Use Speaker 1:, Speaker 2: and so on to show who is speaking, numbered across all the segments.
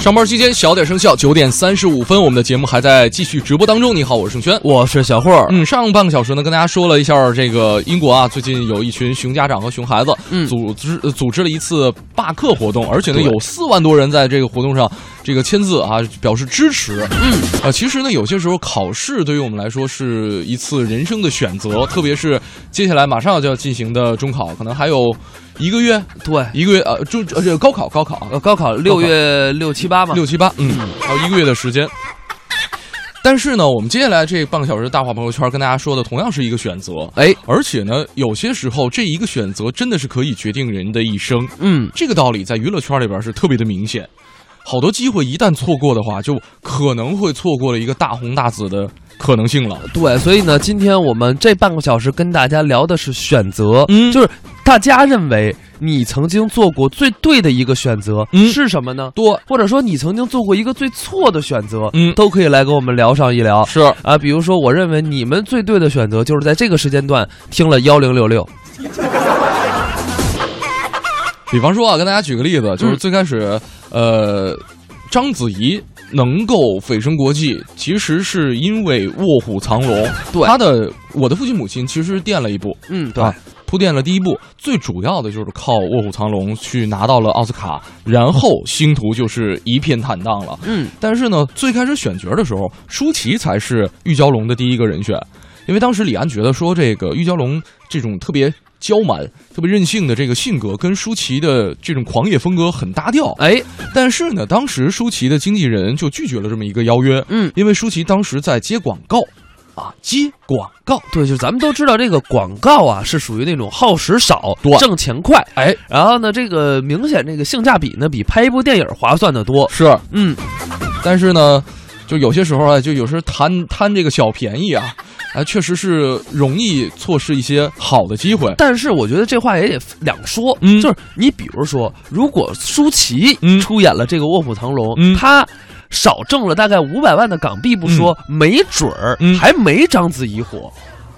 Speaker 1: 上班期间小点声效，九点三十五分，我们的节目还在继续直播当中。你好，我是盛轩。
Speaker 2: 我是小霍儿，
Speaker 1: 嗯，上半个小时呢，跟大家说了一下这个英国啊，最近有一群熊家长和熊孩子，
Speaker 2: 嗯
Speaker 1: 组织呃组织了一次罢课活动，而且呢，
Speaker 2: 对
Speaker 1: 有四万多人在这个活动上这个签字啊，表示支持。嗯，呃，其实呢，有些时候考试对于我们来说是一次人生的选择，特别是接下来马上就要进行的中考，可能还有一个月，
Speaker 2: 对，
Speaker 1: 一个月呃，中呃这个高考高考啊，
Speaker 2: 呃，高考六月六七八嘛，
Speaker 1: 六七八，嗯，还有一个月的时间。但是呢，我们接下来这半个小时的大话朋友圈跟大家说的同样是一个选择，
Speaker 2: 哎，
Speaker 1: 而且呢，有些时候这一个选择真的是可以决定人的一生。
Speaker 2: 嗯，
Speaker 1: 这个道理在娱乐圈里边是特别的明显，好多机会一旦错过的话，就可能会错过了一个大红大紫的可能性了。
Speaker 2: 对，所以呢，今天我们这半个小时跟大家聊的是选择，
Speaker 1: 嗯
Speaker 2: 就是大家认为你曾经做过最对的一个选择、
Speaker 1: 嗯
Speaker 2: 是什么呢？
Speaker 1: 多
Speaker 2: 或者说你曾经做过一个最错的选择，
Speaker 1: 嗯
Speaker 2: 都可以来跟我们聊上一聊。
Speaker 1: 是
Speaker 2: 啊，比如说，我认为你们最对的选择就是在这个时间段听了幺零六六，
Speaker 1: 比方说啊，跟大家举个例子，就是最开始，呃，章子怡能够蜚声国际，其实是因为《卧虎藏龙》
Speaker 2: 对
Speaker 1: 她的《我的父亲母亲》其实垫了一步，
Speaker 2: 嗯，对，
Speaker 1: 啊铺垫了第一步，最主要的就是靠《卧虎藏龙》去拿到了奥斯卡，然后星途就是一片坦荡了。
Speaker 2: 嗯，
Speaker 1: 但是呢，最开始选角的时候，舒淇才是玉娇龙的第一个人选，因为当时李安觉得说，这个玉娇龙这种特别娇蛮、特别任性的这个性格，跟舒淇的这种狂野风格很搭调。
Speaker 2: 哎，
Speaker 1: 但是呢，当时舒淇的经纪人就拒绝了这么一个邀约，
Speaker 2: 嗯，
Speaker 1: 因为舒淇当时在接广告，啊，接广告，
Speaker 2: 对，就是咱们都知道这个广告啊，是属于那种耗时少
Speaker 1: 对、
Speaker 2: 挣钱快。
Speaker 1: 哎，
Speaker 2: 然后呢，这个明显这个性价比呢，比拍一部电影划算的多。
Speaker 1: 是，
Speaker 2: 嗯，
Speaker 1: 但是呢，就有些时候啊，就有时候贪贪这个小便宜啊，啊，确实是容易错失一些好的机会。
Speaker 2: 但是我觉得这话也得两说，
Speaker 1: 嗯
Speaker 2: 就是你比如说，如果舒淇
Speaker 1: 嗯
Speaker 2: 出演了这个《卧虎藏龙》
Speaker 1: 嗯
Speaker 2: 她少挣了大概五百万的港币不说，没准儿、
Speaker 1: 嗯
Speaker 2: 还没章子怡火，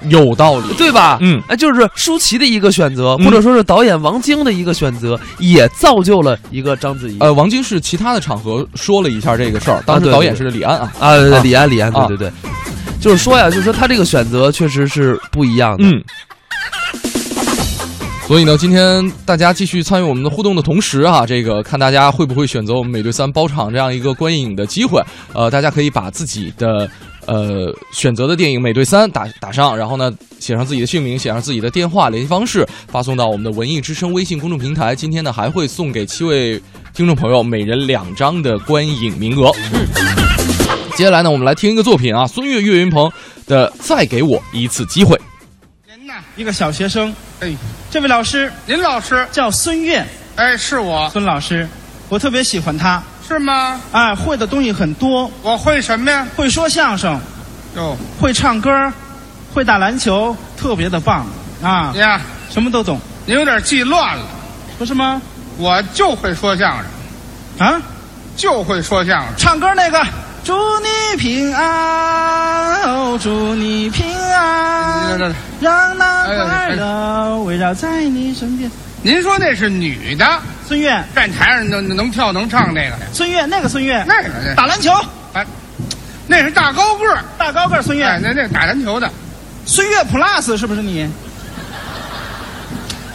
Speaker 1: 有道理，
Speaker 2: 对吧？
Speaker 1: 嗯
Speaker 2: 哎，就是舒淇的一个选择，
Speaker 1: 嗯
Speaker 2: 或者说是导演王晶的一个选择，也造就了一个章子怡。
Speaker 1: 呃，王晶是其他的场合说了一下这个事儿，当
Speaker 2: 啊
Speaker 1: 时
Speaker 2: 对
Speaker 1: 导演是李安啊。
Speaker 2: 啊，
Speaker 1: 啊
Speaker 2: 李安，李安，
Speaker 1: 啊
Speaker 2: 对对对，就是说呀，就是说他这个选择确实是不一样的。
Speaker 1: 嗯。所以呢，今天大家继续参与我们的互动的同时啊，这个看大家会不会选择我们每对三包场这样一个观影的机会。呃，大家可以把自己的呃选择的电影每对三打打上，然后呢写上自己的姓名，写上自己的电话联系方式，发送到我们的文艺之声微信公众平台。今天呢还会送给七位听众朋友每人两张的观影名额。接下来呢，我们来听一个作品啊，孙悦、岳云鹏的《再给我一次机会》。
Speaker 3: 人呐，一个小学生。
Speaker 4: 哎，
Speaker 3: 这位老师
Speaker 4: 林老师，
Speaker 3: 叫孙悦，
Speaker 4: 哎，是我，
Speaker 3: 孙老师，我特别喜欢他。
Speaker 4: 是吗？
Speaker 3: 哎，会的东西很多，
Speaker 4: 我会什么呀？
Speaker 3: 会说相声，
Speaker 4: 哟
Speaker 3: 会唱歌，会打篮球，特别的棒啊，
Speaker 4: 呀，
Speaker 3: 什么都懂，
Speaker 4: 你有点记乱了。
Speaker 3: 不是吗？
Speaker 4: 我就会说相声，
Speaker 3: 啊，
Speaker 4: 就会说相声。
Speaker 3: 唱歌那个，祝你平安，哦，祝你平
Speaker 4: 你这
Speaker 3: 安
Speaker 4: 这，
Speaker 3: 让那
Speaker 4: 哎哎
Speaker 3: 快
Speaker 4: 哎
Speaker 3: 乐围绕在你身边。
Speaker 4: 您说那是女的，
Speaker 3: 孙悦，
Speaker 4: 站台上能能跳能唱那个的，
Speaker 3: 孙悦，那个孙悦，
Speaker 4: 那个
Speaker 3: 打
Speaker 4: 大
Speaker 3: 篮球，
Speaker 4: 哎，那是大高个儿，
Speaker 3: 大高个儿孙悦，
Speaker 4: 哎，那那打篮球的，
Speaker 3: 孙悦 plus 是不是你？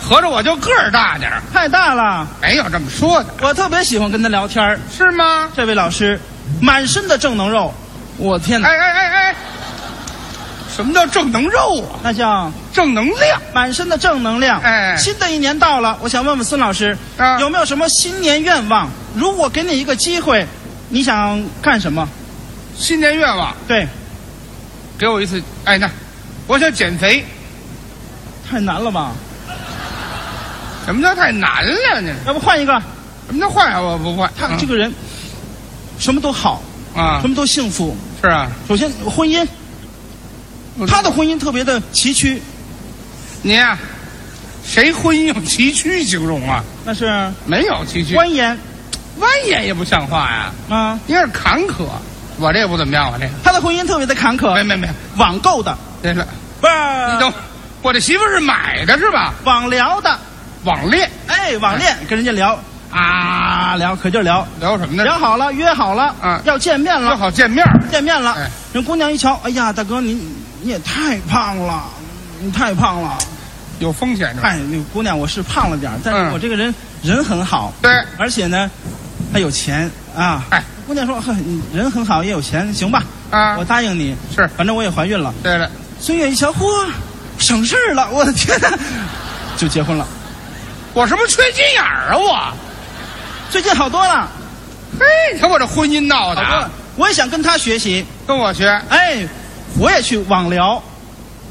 Speaker 4: 合着我就个儿大点儿，
Speaker 3: 太大了。
Speaker 4: 没有这么说的，
Speaker 3: 我特别喜欢跟他聊天儿。
Speaker 4: 是吗？
Speaker 3: 这位老师，满身的正能肉，我天哪，
Speaker 4: 哎哎哎哎，什么叫正能肉啊？
Speaker 3: 那叫
Speaker 4: 正能量。
Speaker 3: 满身的正能量。
Speaker 4: 哎
Speaker 3: 新的一年到了，我想问问孙老师，
Speaker 4: 啊
Speaker 3: 有没有什么新年愿望？如果给你一个机会，你想干什么？
Speaker 4: 新年愿望，
Speaker 3: 对，
Speaker 4: 给我一次。哎，那我想减肥。
Speaker 3: 太难了吧？
Speaker 4: 什么叫太难了呢？
Speaker 3: 要不换一个？
Speaker 4: 什么叫坏啊？我不坏，
Speaker 3: 他
Speaker 4: 嗯
Speaker 3: 这个人什么都好，
Speaker 4: 啊
Speaker 3: 什，么都幸福。
Speaker 4: 是啊，
Speaker 3: 首先，婚姻，
Speaker 4: 我
Speaker 3: 他的婚姻特别的崎岖，
Speaker 4: 你呀、谁婚姻有崎岖形容啊？
Speaker 3: 那是
Speaker 4: 没有崎岖，
Speaker 3: 蜿蜒
Speaker 4: 蜿蜒也不像话呀、
Speaker 3: 啊。
Speaker 4: 你是坎坷，我这不怎么样，我这
Speaker 3: 他的婚姻特别的坎
Speaker 4: 没
Speaker 3: 坷，
Speaker 4: 没没，
Speaker 3: 网购的，
Speaker 4: 对了，
Speaker 3: 不是
Speaker 4: 你等会儿，我这媳妇儿是买的是吧？
Speaker 3: 网聊的，
Speaker 4: 网恋
Speaker 3: 哎，网恋跟人家聊啊聊，可劲儿聊，
Speaker 4: 聊什么呢？
Speaker 3: 聊好了，约好了，
Speaker 4: 啊
Speaker 3: 要见面
Speaker 4: 约
Speaker 3: 了，
Speaker 4: 好见面儿，
Speaker 3: 见面了
Speaker 4: 哎。
Speaker 3: 人姑娘一瞧，哎呀，大哥您你也太胖了，你太胖了。
Speaker 4: 有风险是吧？
Speaker 3: 哎，那个姑娘我是胖了点儿，但是
Speaker 4: 嗯
Speaker 3: 我这个人人很好，
Speaker 4: 对，
Speaker 3: 而且呢还有钱啊。
Speaker 4: 哎，
Speaker 3: 姑娘说呵，你人很好也有钱，行吧，
Speaker 4: 啊
Speaker 3: 我，答应你。
Speaker 4: 是
Speaker 3: 反正我也怀孕了。
Speaker 4: 对了，
Speaker 3: 孙悦一瞧，嚯，省事儿了，我的天哪， 就结婚了。
Speaker 4: 我是不是缺心眼儿啊？我，
Speaker 3: 最近好多了，
Speaker 4: 嘿，你看我这婚姻闹的
Speaker 3: 好多了
Speaker 4: 啊，。
Speaker 3: 我也想跟他学习，
Speaker 4: 跟我学
Speaker 3: 哎，我也去网聊、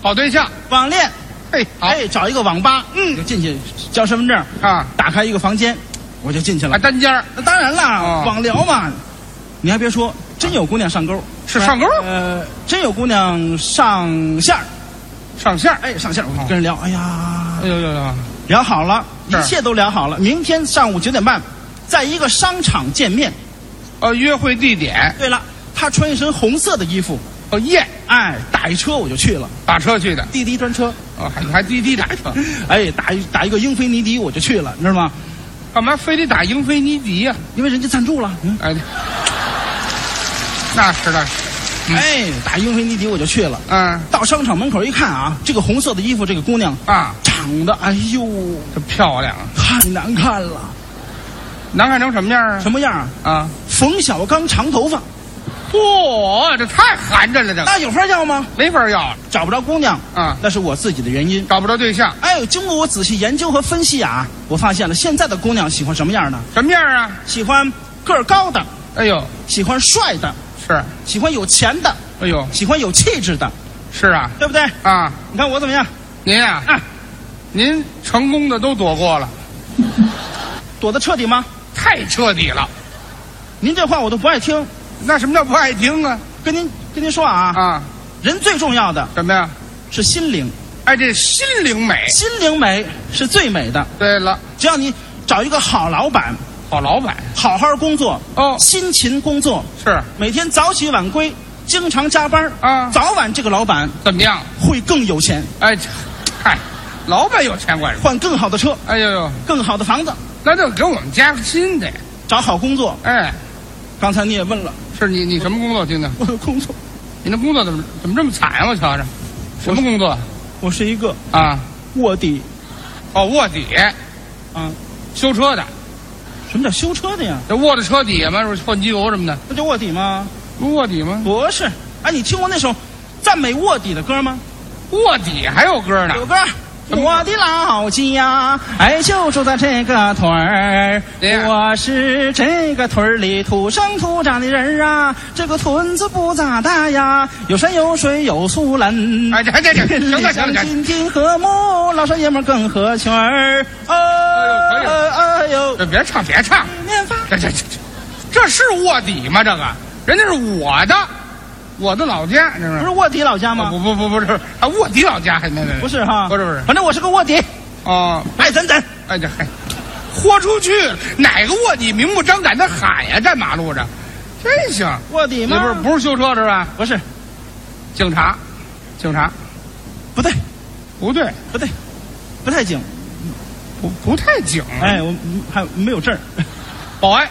Speaker 4: 好对象，
Speaker 3: 网恋，
Speaker 4: 嘿，好
Speaker 3: 哎，找一个网吧，嗯，就进去交身份证，
Speaker 4: 啊，
Speaker 3: 打开一个房间，我就进去
Speaker 4: 还
Speaker 3: 了。
Speaker 4: 单间儿
Speaker 3: 那啊当然啦，
Speaker 4: 哦
Speaker 3: 网聊嘛，你还别说，真有姑娘上钩，哦
Speaker 4: 是上钩
Speaker 3: 呃，真有姑娘上线儿，
Speaker 4: 上线儿，
Speaker 3: 哎，上线儿，我
Speaker 4: 哦
Speaker 3: 跟人聊，哎呀
Speaker 4: 哎，呦呦呦，
Speaker 3: 聊好了，一
Speaker 4: 是
Speaker 3: 切都聊好了，明天上午九点半，在一个商场见面。
Speaker 4: 呃，约会地点，
Speaker 3: 对了，他穿一身红色的衣服，
Speaker 4: 哦耶，
Speaker 3: 哎，打一车我就去了，
Speaker 4: 打车去的，
Speaker 3: 滴滴专车，
Speaker 4: 哦，还还滴滴打车，
Speaker 3: 哎，打一打一个英菲尼迪我就去了，你知道吗？
Speaker 4: 干嘛非得打英菲尼迪呀？
Speaker 3: 因为人家赞助了，嗯，
Speaker 4: 哎，那是那是，嗯
Speaker 3: 哎，打英菲尼迪我就去了。
Speaker 4: 嗯
Speaker 3: 到商场门口一看啊，这个红色的衣服，这个姑娘
Speaker 4: 啊，
Speaker 3: 长得，哎呦，
Speaker 4: 这漂亮，
Speaker 3: 太难看了，
Speaker 4: 难看成什么样啊？
Speaker 3: 什么样啊？
Speaker 4: 啊，
Speaker 3: 冯小刚长头发，
Speaker 4: 嚯，这太寒碜了，这个
Speaker 3: 那有法要吗？
Speaker 4: 没法要了
Speaker 3: 找不着姑娘，
Speaker 4: 啊，
Speaker 3: 那是我自己的原因。
Speaker 4: 找不着对象，
Speaker 3: 哎，经过我仔细研究和分析啊，我发现了现在的姑娘喜欢什么样的？
Speaker 4: 什么样啊？
Speaker 3: 喜欢个儿高的，
Speaker 4: 哎呦，
Speaker 3: 喜欢帅的，
Speaker 4: 是，
Speaker 3: 喜欢有钱的，
Speaker 4: 哎呦，
Speaker 3: 喜欢有气质的，
Speaker 4: 是啊，
Speaker 3: 对不对？
Speaker 4: 啊，
Speaker 3: 你看我怎么样？
Speaker 4: 您呀、
Speaker 3: 啊
Speaker 4: 您成功的都躲过了，
Speaker 3: 躲得彻底吗？
Speaker 4: 太彻底了。
Speaker 3: 您这话我都不爱听。
Speaker 4: 那什么叫不爱听啊？
Speaker 3: 跟您跟您说啊，
Speaker 4: 啊，
Speaker 3: 人最重要的
Speaker 4: 什么呀？
Speaker 3: 是心灵，
Speaker 4: 哎，这心灵美。
Speaker 3: 心灵美是最美的。
Speaker 4: 对了，
Speaker 3: 只要你找一个好老板，
Speaker 4: 好老板
Speaker 3: 好好工作，
Speaker 4: 哦，
Speaker 3: 辛勤工作，
Speaker 4: 是
Speaker 3: 每天早起晚归，经常加班，
Speaker 4: 啊
Speaker 3: 早晚这个老板
Speaker 4: 怎么样？
Speaker 3: 会更有钱，
Speaker 4: 哎，这嗨，老板有钱管什么？
Speaker 3: 换更好的车，
Speaker 4: 哎呦呦，
Speaker 3: 更好的房子。
Speaker 4: 那就给我们加个薪的。
Speaker 3: 找好工作。
Speaker 4: 哎，
Speaker 3: 刚才你也问了，
Speaker 4: 是你你什么工作？听听，
Speaker 3: 我的工作，
Speaker 4: 你那工作怎么怎么这么惨啊？我瞧着，什么工作
Speaker 3: 我是一个
Speaker 4: 啊？
Speaker 3: 卧底。
Speaker 4: 哦，卧底，
Speaker 3: 啊，
Speaker 4: 修车的，
Speaker 3: 什么叫修车的呀？
Speaker 4: 这卧在车底下嘛，是不是换机油什么的，
Speaker 3: 那叫卧底吗？
Speaker 4: 不是卧底吗？
Speaker 3: 不是。哎，你听过那首赞美卧底的歌吗？
Speaker 4: 卧底还有歌呢
Speaker 3: 有，歌。
Speaker 4: 什么歌
Speaker 3: 我的老家，哎，就住在这个屯儿
Speaker 4: 对。呀
Speaker 3: 我是这个屯儿里土生土长的人儿啊，这个屯子不咋大呀，有山有水有苏兰。
Speaker 4: 哎，这这这，行了行了 行了，
Speaker 3: 金金和睦，老少爷们儿更合群儿。
Speaker 4: 哎呦可以
Speaker 3: 哦，哎呦，
Speaker 4: 这别唱别唱，
Speaker 3: 面发。
Speaker 4: 这这这这，这是卧底吗？这个人家是我的，我的老家，这
Speaker 3: 不
Speaker 4: 是哦
Speaker 3: 是卧底老家吗？
Speaker 4: 不不不不是啊，卧底老家，没没
Speaker 3: 不是哈，
Speaker 4: 不是不是
Speaker 3: 反正我是个卧底，
Speaker 4: 哦，
Speaker 3: 爱怎怎。
Speaker 4: 哎这还豁出去了，哪个卧底明目张胆的喊呀？站马路上，真行！
Speaker 3: 卧底
Speaker 4: 你
Speaker 3: 吗？
Speaker 4: 不是不是修车是吧？
Speaker 3: 不是，
Speaker 4: 警察，警察
Speaker 3: 不对，
Speaker 4: 不对，
Speaker 3: 不对，不太精。
Speaker 4: 不不太警，啊
Speaker 3: 哎，我还没有证儿。
Speaker 4: 保安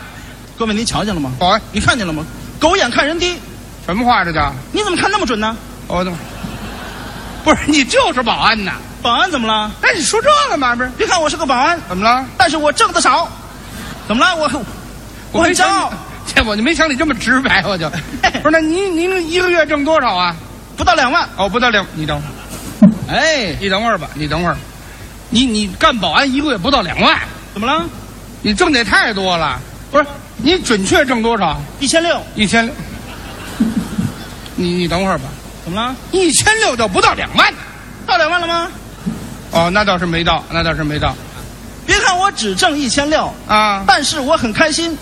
Speaker 3: 各位，您瞧见了吗？
Speaker 4: 保安，
Speaker 3: 你看见了吗？狗眼看人低，
Speaker 4: 什么话这叫？
Speaker 3: 你怎么看那么准呢？
Speaker 4: 哦，对不是你就是保安呐？
Speaker 3: 保安怎么了？
Speaker 4: 哎，你说这干嘛不是？
Speaker 3: 别看我是个保安，
Speaker 4: 怎么了？
Speaker 3: 但是我挣的少。怎么了？我 我很
Speaker 4: 没
Speaker 3: 骄
Speaker 4: 想
Speaker 3: 傲，
Speaker 4: 这我就没想你这么直白，我 就
Speaker 3: 嘿
Speaker 4: 不是那您您一个月挣多少啊？
Speaker 3: 不到两万。
Speaker 4: 哦，不得了，你 等会儿，
Speaker 3: 哎，
Speaker 4: 你等会儿吧，你等会儿，你你干保安一个月不到两万，
Speaker 3: 怎么了？
Speaker 4: 你挣的也太多了，不是？你准确挣多少？
Speaker 3: 一千六，
Speaker 4: 一千六。你你等会儿吧，
Speaker 3: 怎么了？
Speaker 4: 一千六就不到两万呢
Speaker 3: 到两万了吗？
Speaker 4: 哦，那倒是没到，那倒是没到
Speaker 3: 别看我只挣一千六，
Speaker 4: 啊！
Speaker 3: 但是我很开心，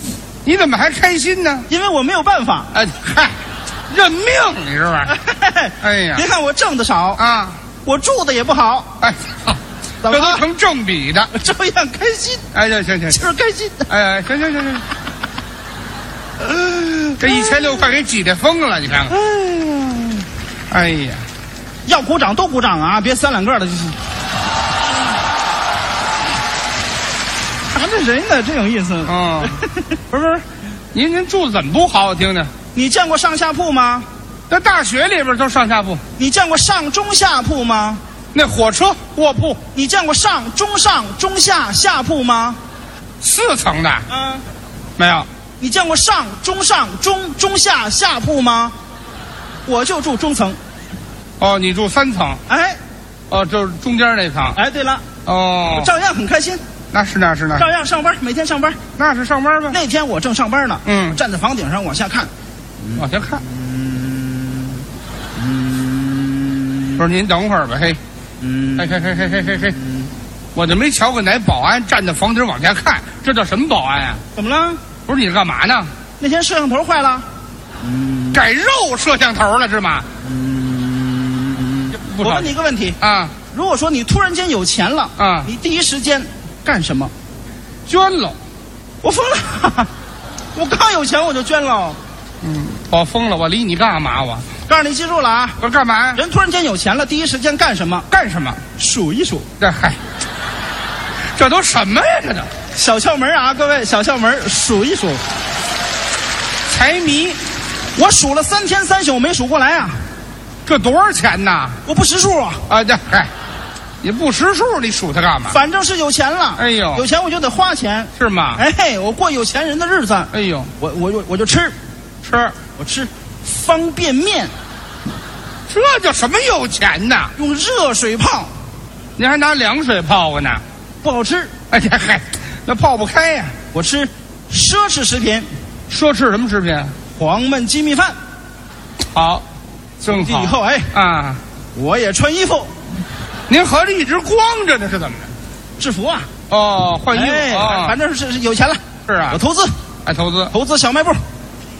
Speaker 4: 你怎么还开心呢？
Speaker 3: 因为我没有办法。
Speaker 4: 哎，嗨，认命，你是不是？ 哎呀
Speaker 3: 别看我挣的少，
Speaker 4: 啊，
Speaker 3: 我住的也不好，
Speaker 4: 哎，好
Speaker 3: 怎
Speaker 4: 这
Speaker 3: 么
Speaker 4: 都
Speaker 3: 了？
Speaker 4: 成正比的。
Speaker 3: 这样开心，
Speaker 4: 哎，行行行。
Speaker 3: 就是开心。
Speaker 4: 哎，行行行行，这一千六快给挤得疯了，你看看。哎呀，
Speaker 3: 要鼓掌都鼓掌啊，别三两个的。就是咱这人呢，真有意思。
Speaker 4: 嗯，不是不是，您您住的怎么不好好听呢？
Speaker 3: 你见过上下铺吗？
Speaker 4: 那大学里边都上下铺，
Speaker 3: 你见过上中下铺吗？
Speaker 4: 那火车卧铺
Speaker 3: 你见过上中上中下下铺吗？
Speaker 4: 四层的
Speaker 3: 嗯、
Speaker 4: 没有？
Speaker 3: 你见过上中上中中下下铺吗？我就住中层。
Speaker 4: 哦，你住三层，
Speaker 3: 哎
Speaker 4: 哦，就是中间那层。
Speaker 3: 哎，对了，哎
Speaker 4: 哦，
Speaker 3: 照样很开心，
Speaker 4: 那是那是那是
Speaker 3: 照样上班，每天上班。
Speaker 4: 那是上班吧？
Speaker 3: 那天我正上班呢，
Speaker 4: 嗯
Speaker 3: 站在房顶上往下看，
Speaker 4: 往前看。
Speaker 3: 嗯
Speaker 4: 不是您等会儿吧，嘿，嘿嘿嘿嘿嘿嘿嘿，我就没瞧过哪保安站在房顶往下看，这叫什么保安啊？
Speaker 3: 怎么了？
Speaker 4: 不是你是干嘛呢？
Speaker 3: 那天摄像头坏了，嗯
Speaker 4: 改肉摄像头了是吗？不
Speaker 3: 嗯我
Speaker 4: 少
Speaker 3: 问你一个问题：
Speaker 4: 啊，
Speaker 3: 如果说你突然间有钱了，
Speaker 4: 啊
Speaker 3: 你第一时间干什么？
Speaker 4: 捐了，
Speaker 3: 我疯了， 我刚有钱我就捐了。
Speaker 4: 我哦疯了，我理你干嘛我？
Speaker 3: 告诉你，记住了啊，
Speaker 4: 我干嘛呀？
Speaker 3: 人突然间有钱了，第一时间干什么？
Speaker 4: 干什么？
Speaker 3: 数一数，
Speaker 4: 这嗨，这都什么呀？这都
Speaker 3: 小窍门啊，各位小窍门，数一数。
Speaker 4: 财迷，
Speaker 3: 我数了三天三宿没数过来啊，
Speaker 4: 这多少钱呐？
Speaker 3: 我不识数啊，
Speaker 4: 啊，这嗨，你不识数，你数它干嘛？
Speaker 3: 反正是有钱了。
Speaker 4: 哎呦
Speaker 3: 有钱我就得花钱。
Speaker 4: 是吗？
Speaker 3: 哎嘿，我过有钱人的日子，
Speaker 4: 哎呦，
Speaker 3: 我我就我就吃，
Speaker 4: 吃，
Speaker 3: 我吃方便面，
Speaker 4: 这叫什么有钱呐？
Speaker 3: 用热水泡，
Speaker 4: 您还拿凉水泡啊过呢？
Speaker 3: 不好吃。
Speaker 4: 哎呀嗨，那泡不开呀、
Speaker 3: 我吃奢侈食品，
Speaker 4: 奢侈什么食品？
Speaker 3: 黄焖鸡米饭。
Speaker 4: 好，正
Speaker 3: 以后
Speaker 4: 好
Speaker 3: 哎，
Speaker 4: 啊！
Speaker 3: 我也穿衣服，
Speaker 4: 您合着一直光着呢，是怎么着？
Speaker 3: 制服啊，
Speaker 4: 哦，换衣
Speaker 3: 哎
Speaker 4: 服啊，，
Speaker 3: 反正是是有钱了。
Speaker 4: 是啊
Speaker 3: 我，投资，
Speaker 4: 爱投资，
Speaker 3: 投资小卖部，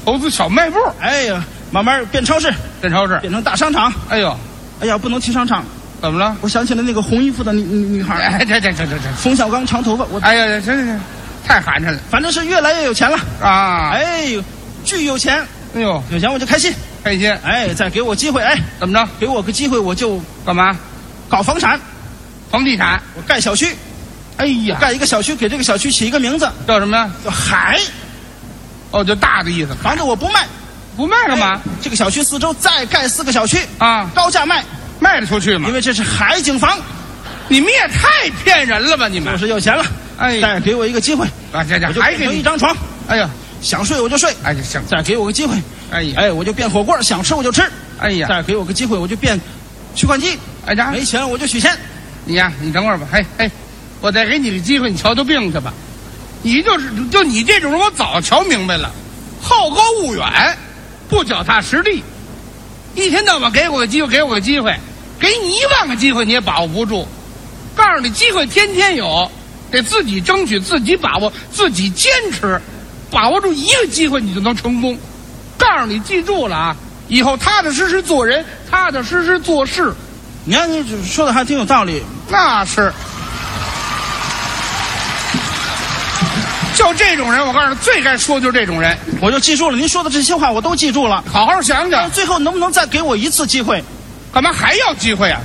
Speaker 4: 投资小卖部，
Speaker 3: 哎呀，慢慢变超市，
Speaker 4: 真超市。
Speaker 3: 变成大商场。
Speaker 4: 哎呦，
Speaker 3: 哎呀，不能提商场，
Speaker 4: 怎么 了？
Speaker 3: 我想起了那个红衣服的女女女孩儿，
Speaker 4: 哎，这这这这这，
Speaker 3: 冯小刚长头发，我
Speaker 4: 哎呀，这这这太寒碜了
Speaker 3: 反正是越来越有钱了。
Speaker 4: 啊！哎
Speaker 3: 哎呦，巨有钱，
Speaker 4: 呦，
Speaker 3: 有钱我就开心。
Speaker 4: 开心，
Speaker 3: 哎，再给我机会，哎，
Speaker 4: 怎么着？
Speaker 3: 给我个机会我就
Speaker 4: 干嘛？
Speaker 3: 搞房产，
Speaker 4: 房地产？
Speaker 3: 我盖小区，
Speaker 4: 哎呀，
Speaker 3: 盖一个小区，给这个小区起一个名字
Speaker 4: 叫什么呀？
Speaker 3: 叫海，
Speaker 4: 哦，就大的意思，
Speaker 3: 房子我不卖，
Speaker 4: 不卖干嘛
Speaker 3: 哎？这个小区四周再盖四个小区，
Speaker 4: 啊，
Speaker 3: 高价卖，
Speaker 4: 卖得出去吗
Speaker 3: 因？为这是海景房。
Speaker 4: 你们也太骗人了吧！你
Speaker 3: 就
Speaker 4: 们，
Speaker 3: 是有钱了，
Speaker 4: 哎呀，
Speaker 3: 再给我一个机会，
Speaker 4: 啊，这这
Speaker 3: 我就
Speaker 4: 还
Speaker 3: 变
Speaker 4: 给
Speaker 3: 成一
Speaker 4: 你，
Speaker 3: 张床，
Speaker 4: 哎呀，
Speaker 3: 想睡我就睡。
Speaker 4: 哎呀，行，
Speaker 3: 再给我个机会，
Speaker 4: 哎呀，
Speaker 3: 哎，我就变火锅，想吃我就吃。
Speaker 4: 哎呀，
Speaker 3: 再给我个机会，我就变取款机，
Speaker 4: 哎呀，
Speaker 3: 没钱我就取钱。
Speaker 4: 你呀，你等会儿吧，嘿嘿，我再给你个机会，你瞧瞧病去吧。你就是就你这种人，我早瞧明白了，好高骛远，不脚踏实地，一天到晚给我个机会，给我个机会，给你一万个机会你也把握不住。告诉你，机会天天有，得自己争取，自己把握，自己坚持，把握住一个机会，你就能成功。告诉你，记住了啊，以后踏踏实实做人，踏踏实实做事，
Speaker 3: 你看，你说的还挺有道理。
Speaker 4: 那是。就这种人，我告诉你，最该说就是这种人。
Speaker 3: 我就记住了您说的这些话，我都记住了。
Speaker 4: 好好想
Speaker 3: 但
Speaker 4: 想
Speaker 3: 是，最后能不能再给我一次机会？
Speaker 4: 干嘛还要机会啊？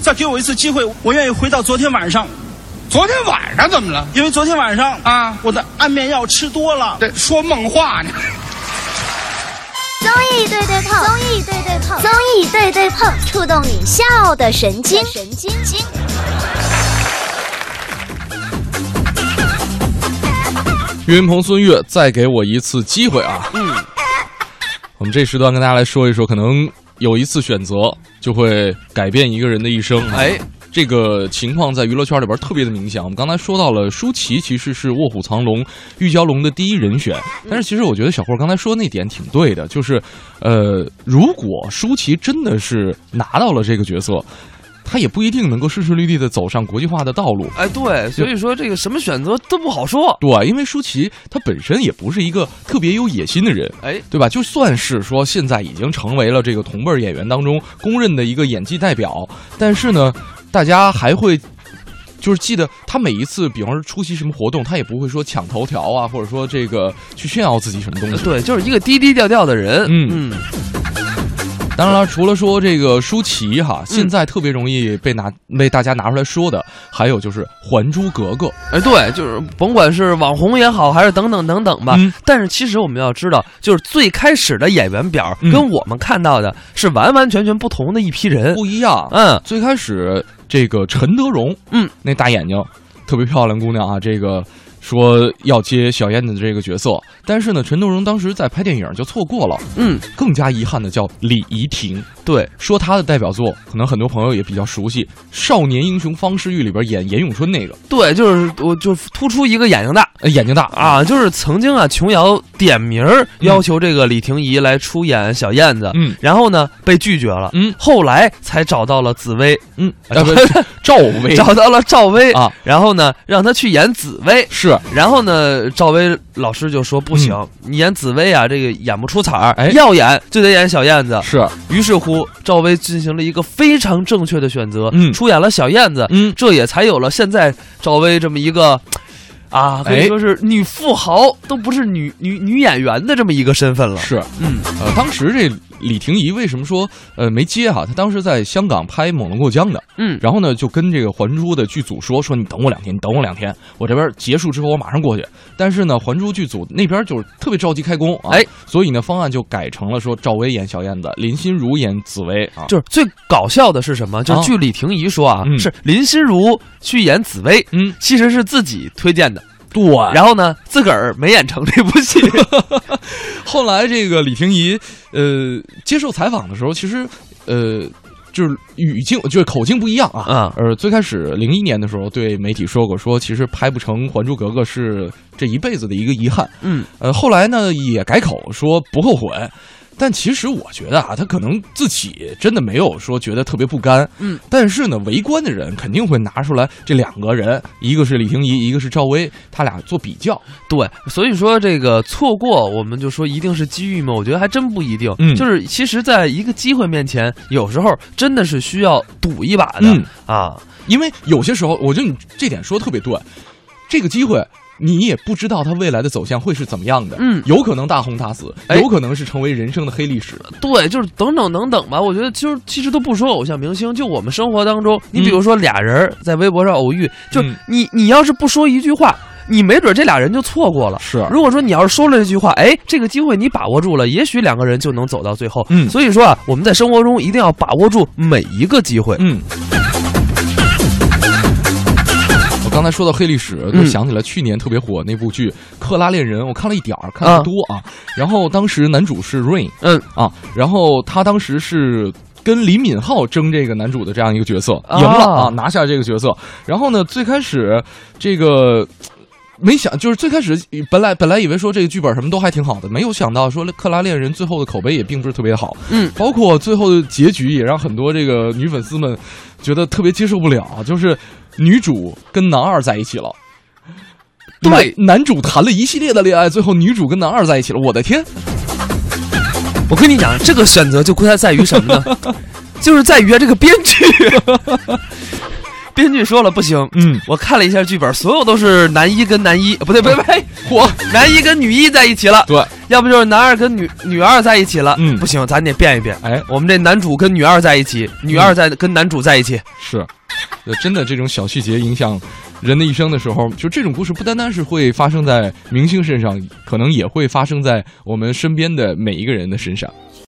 Speaker 3: 再给我一次机会，我愿意回到昨天晚上，
Speaker 4: 昨天晚上怎么了？
Speaker 3: 因为昨天晚上
Speaker 4: 啊
Speaker 3: 我的安眠药吃多了。
Speaker 4: 这说梦话呢。
Speaker 5: 综艺对对碰，综艺对对碰，综艺对对碰，触动你笑的神经，神经经。
Speaker 1: 岳云鹏、孙越，再给我一次机会啊！嗯，我们这时段跟大家来说一说，可能有一次选择就会改变一个人的一生、啊。
Speaker 2: 哎，
Speaker 1: 这个情况在娱乐圈里边特别的明显。我们刚才说到了舒淇，其实是《卧虎藏龙》《玉娇龙》的第一人选，但是其实我觉得小霍刚才说那点挺对的，就是，呃，如果舒淇真的是拿到了这个角色，她也不一定能够顺顺利利的走上国际化的道路。
Speaker 2: 哎，对，所以说这个什么选择都不好说。
Speaker 1: 对，因为舒淇她本身也不是一个特别有野心的人，
Speaker 2: 哎，
Speaker 1: 对吧？就算是说现在已经成为了这个同辈儿演员当中公认的一个演技代表，但是呢，大家还会。就是记得他每一次，比方说出席什么活动，他也不会说抢头条啊，或者说
Speaker 2: 呃
Speaker 1: 这个去炫耀自己什么东西。
Speaker 2: 对，就是一个低低调调的人。
Speaker 1: 嗯
Speaker 2: 嗯，
Speaker 1: 当然了，除了说这个舒淇哈，现在特别容易被拿被大家拿出来说的，还有就是《还珠格格》。
Speaker 2: 哎，对，就是甭管是网红也好，还是等等等等吧。
Speaker 1: 嗯
Speaker 2: 但是其实我们要知道，就是最开始的演员表
Speaker 1: 嗯
Speaker 2: 跟我们看到的是完完全全不同的一批人。
Speaker 1: 不一样。
Speaker 2: 嗯，
Speaker 1: 最开始这个陈德容，
Speaker 2: 嗯，
Speaker 1: 那大眼睛，特别漂亮姑娘啊，这个说要接小燕子这个角色，但是呢，陈德容当时在拍电影就错过了。
Speaker 2: 嗯，
Speaker 1: 更加遗憾的叫李怡婷，
Speaker 2: 对，
Speaker 1: 说她的代表作，可能很多朋友也比较熟悉，《少年英雄方世玉》里边演严咏春那个，
Speaker 2: 对，就是我就突出一个眼睛大
Speaker 1: 呃眼睛大啊，
Speaker 2: 啊，就是曾经啊，琼瑶点名儿要求这个李婷宜来出演小燕子，
Speaker 1: 嗯
Speaker 2: 然后呢被拒绝了，
Speaker 1: 嗯
Speaker 2: 后来才找到了紫薇，
Speaker 1: 嗯，啊不是赵薇
Speaker 2: 找到了赵薇
Speaker 1: 啊，
Speaker 2: 然后呢让她去演紫薇，
Speaker 1: 是
Speaker 2: 然后呢，赵薇老师就说不行，你演紫薇啊，这个演不出彩儿，
Speaker 1: 嗯哎
Speaker 2: 要演就得演小燕子。
Speaker 1: 是，
Speaker 2: 于是乎，赵薇进行了一个非常正确的选择，
Speaker 1: 嗯
Speaker 2: 出演了小燕子，
Speaker 1: 嗯
Speaker 2: 这也才有了现在赵薇这么一个。啊，可
Speaker 1: 哎
Speaker 2: 以说是女富豪都不是女女女演员的这么一个身份了。
Speaker 1: 是，
Speaker 2: 嗯，
Speaker 1: 呃，当时这李婷宜为什么说呃没接哈、她当时在香港拍《猛龙过江》的，
Speaker 2: 嗯
Speaker 1: 然后呢就跟这个《还珠》的剧组说说你等我两天，你等我两天，我这边结束之后我马上过去。但是呢，《还珠》剧组那边就是特别着急开工啊，
Speaker 2: 哎，
Speaker 1: 所以呢方案就改成了说赵薇演小燕子，林心如演紫薇啊，
Speaker 2: 就是最搞笑的是什么？就是
Speaker 1: 啊
Speaker 2: 据李婷宜说啊，
Speaker 1: 嗯
Speaker 2: 是林心如去演紫薇，
Speaker 1: 嗯，哎
Speaker 2: 其实是自己推荐的，
Speaker 1: 对。
Speaker 2: 然后呢，自个儿没演成这部 戏。
Speaker 1: 后来这个李婷宜呃接受采访的时候，其实呃。就是语境，就是口径不一样啊。
Speaker 2: 啊
Speaker 1: 呃，最开始零一年的时候对媒体说过，说其实拍不成《还珠格格》是这一辈子的一个遗憾。
Speaker 2: 嗯，
Speaker 1: 呃，后来呢也改口说不后悔，但其实我觉得啊，他可能自己真的没有说觉得特别不甘。
Speaker 2: 嗯，
Speaker 1: 但是呢，围观的人肯定会拿出来这两个人，一个是李婷宜，一个是赵薇，他俩做比较。
Speaker 2: 对，所以说这个错过，我们就说一定是机遇吗？我觉得还真不一定。
Speaker 1: 嗯
Speaker 2: 就是其实，在一个机会面前，有时候真的是需要赌一把的、
Speaker 1: 嗯
Speaker 2: 啊。
Speaker 1: 因为有些时候，我觉得你这点说得特别对，这个机会。你也不知道它未来的走向会是怎么样的，
Speaker 2: 嗯
Speaker 1: 有可能大红大紫，
Speaker 2: 哎
Speaker 1: 有可能是成为人生的黑历史。
Speaker 2: 对，就是等等等等吧。我觉得其实其实都不说偶像明星，就我们生活当中，你
Speaker 1: 嗯
Speaker 2: 比如说俩人儿在微博上偶遇，就
Speaker 1: 嗯
Speaker 2: 你你要是不说一句话，你没准这俩人就错过了。
Speaker 1: 是
Speaker 2: 如果说你要是说了这句话，哎，这个机会你把握住了，也许两个人就能走到最后。
Speaker 1: 嗯
Speaker 2: 所以说啊，我们在生活中一定要把握住每一个机会。
Speaker 1: 嗯。我刚才说到黑历史，就
Speaker 2: 嗯
Speaker 1: 想起来去年特别火那部剧《克拉恋人》，我看了一点儿，看的不多啊。然后当时男主是 Rain
Speaker 2: 嗯
Speaker 1: 啊，然后他当时是跟李敏镐争这个男主的这样一个角色，
Speaker 2: 啊
Speaker 1: 赢了啊，拿下这个角色。然后呢，最开始这个。没想，就是最开始本来本来以为说这个剧本什么都还挺好的，没有想到说《克拉恋人》最后的口碑也并不是特别好，
Speaker 2: 嗯，
Speaker 1: 包括最后的结局也让很多这个女粉丝们觉得特别接受不了，就是女主跟男二在一起了。
Speaker 2: 对
Speaker 1: 男，男主谈了一系列的恋爱，最后女主跟男二在一起了。我的天，
Speaker 2: 我跟你讲，这个选择就它在于什么呢？ 就是在于啊这个编剧， 编剧说了不行。
Speaker 1: 嗯，
Speaker 2: 我看了一下剧本，所有都是男一跟男一，呃不对，不对，不对，
Speaker 1: 嚯，
Speaker 2: 男一跟女一在一起了，
Speaker 1: 对，
Speaker 2: 要不就是男二跟女女二在一起了。
Speaker 1: 嗯
Speaker 2: 不行，咱得变一变。
Speaker 1: 哎，
Speaker 2: 我们这男主跟女二在一起，女二在、跟男主在一起。
Speaker 1: 是，呃真的这种小细节影响人的一生的时候，就这种故事不单单是会发生在明星身上，可能也会发生在我们身边的每一个人的身上。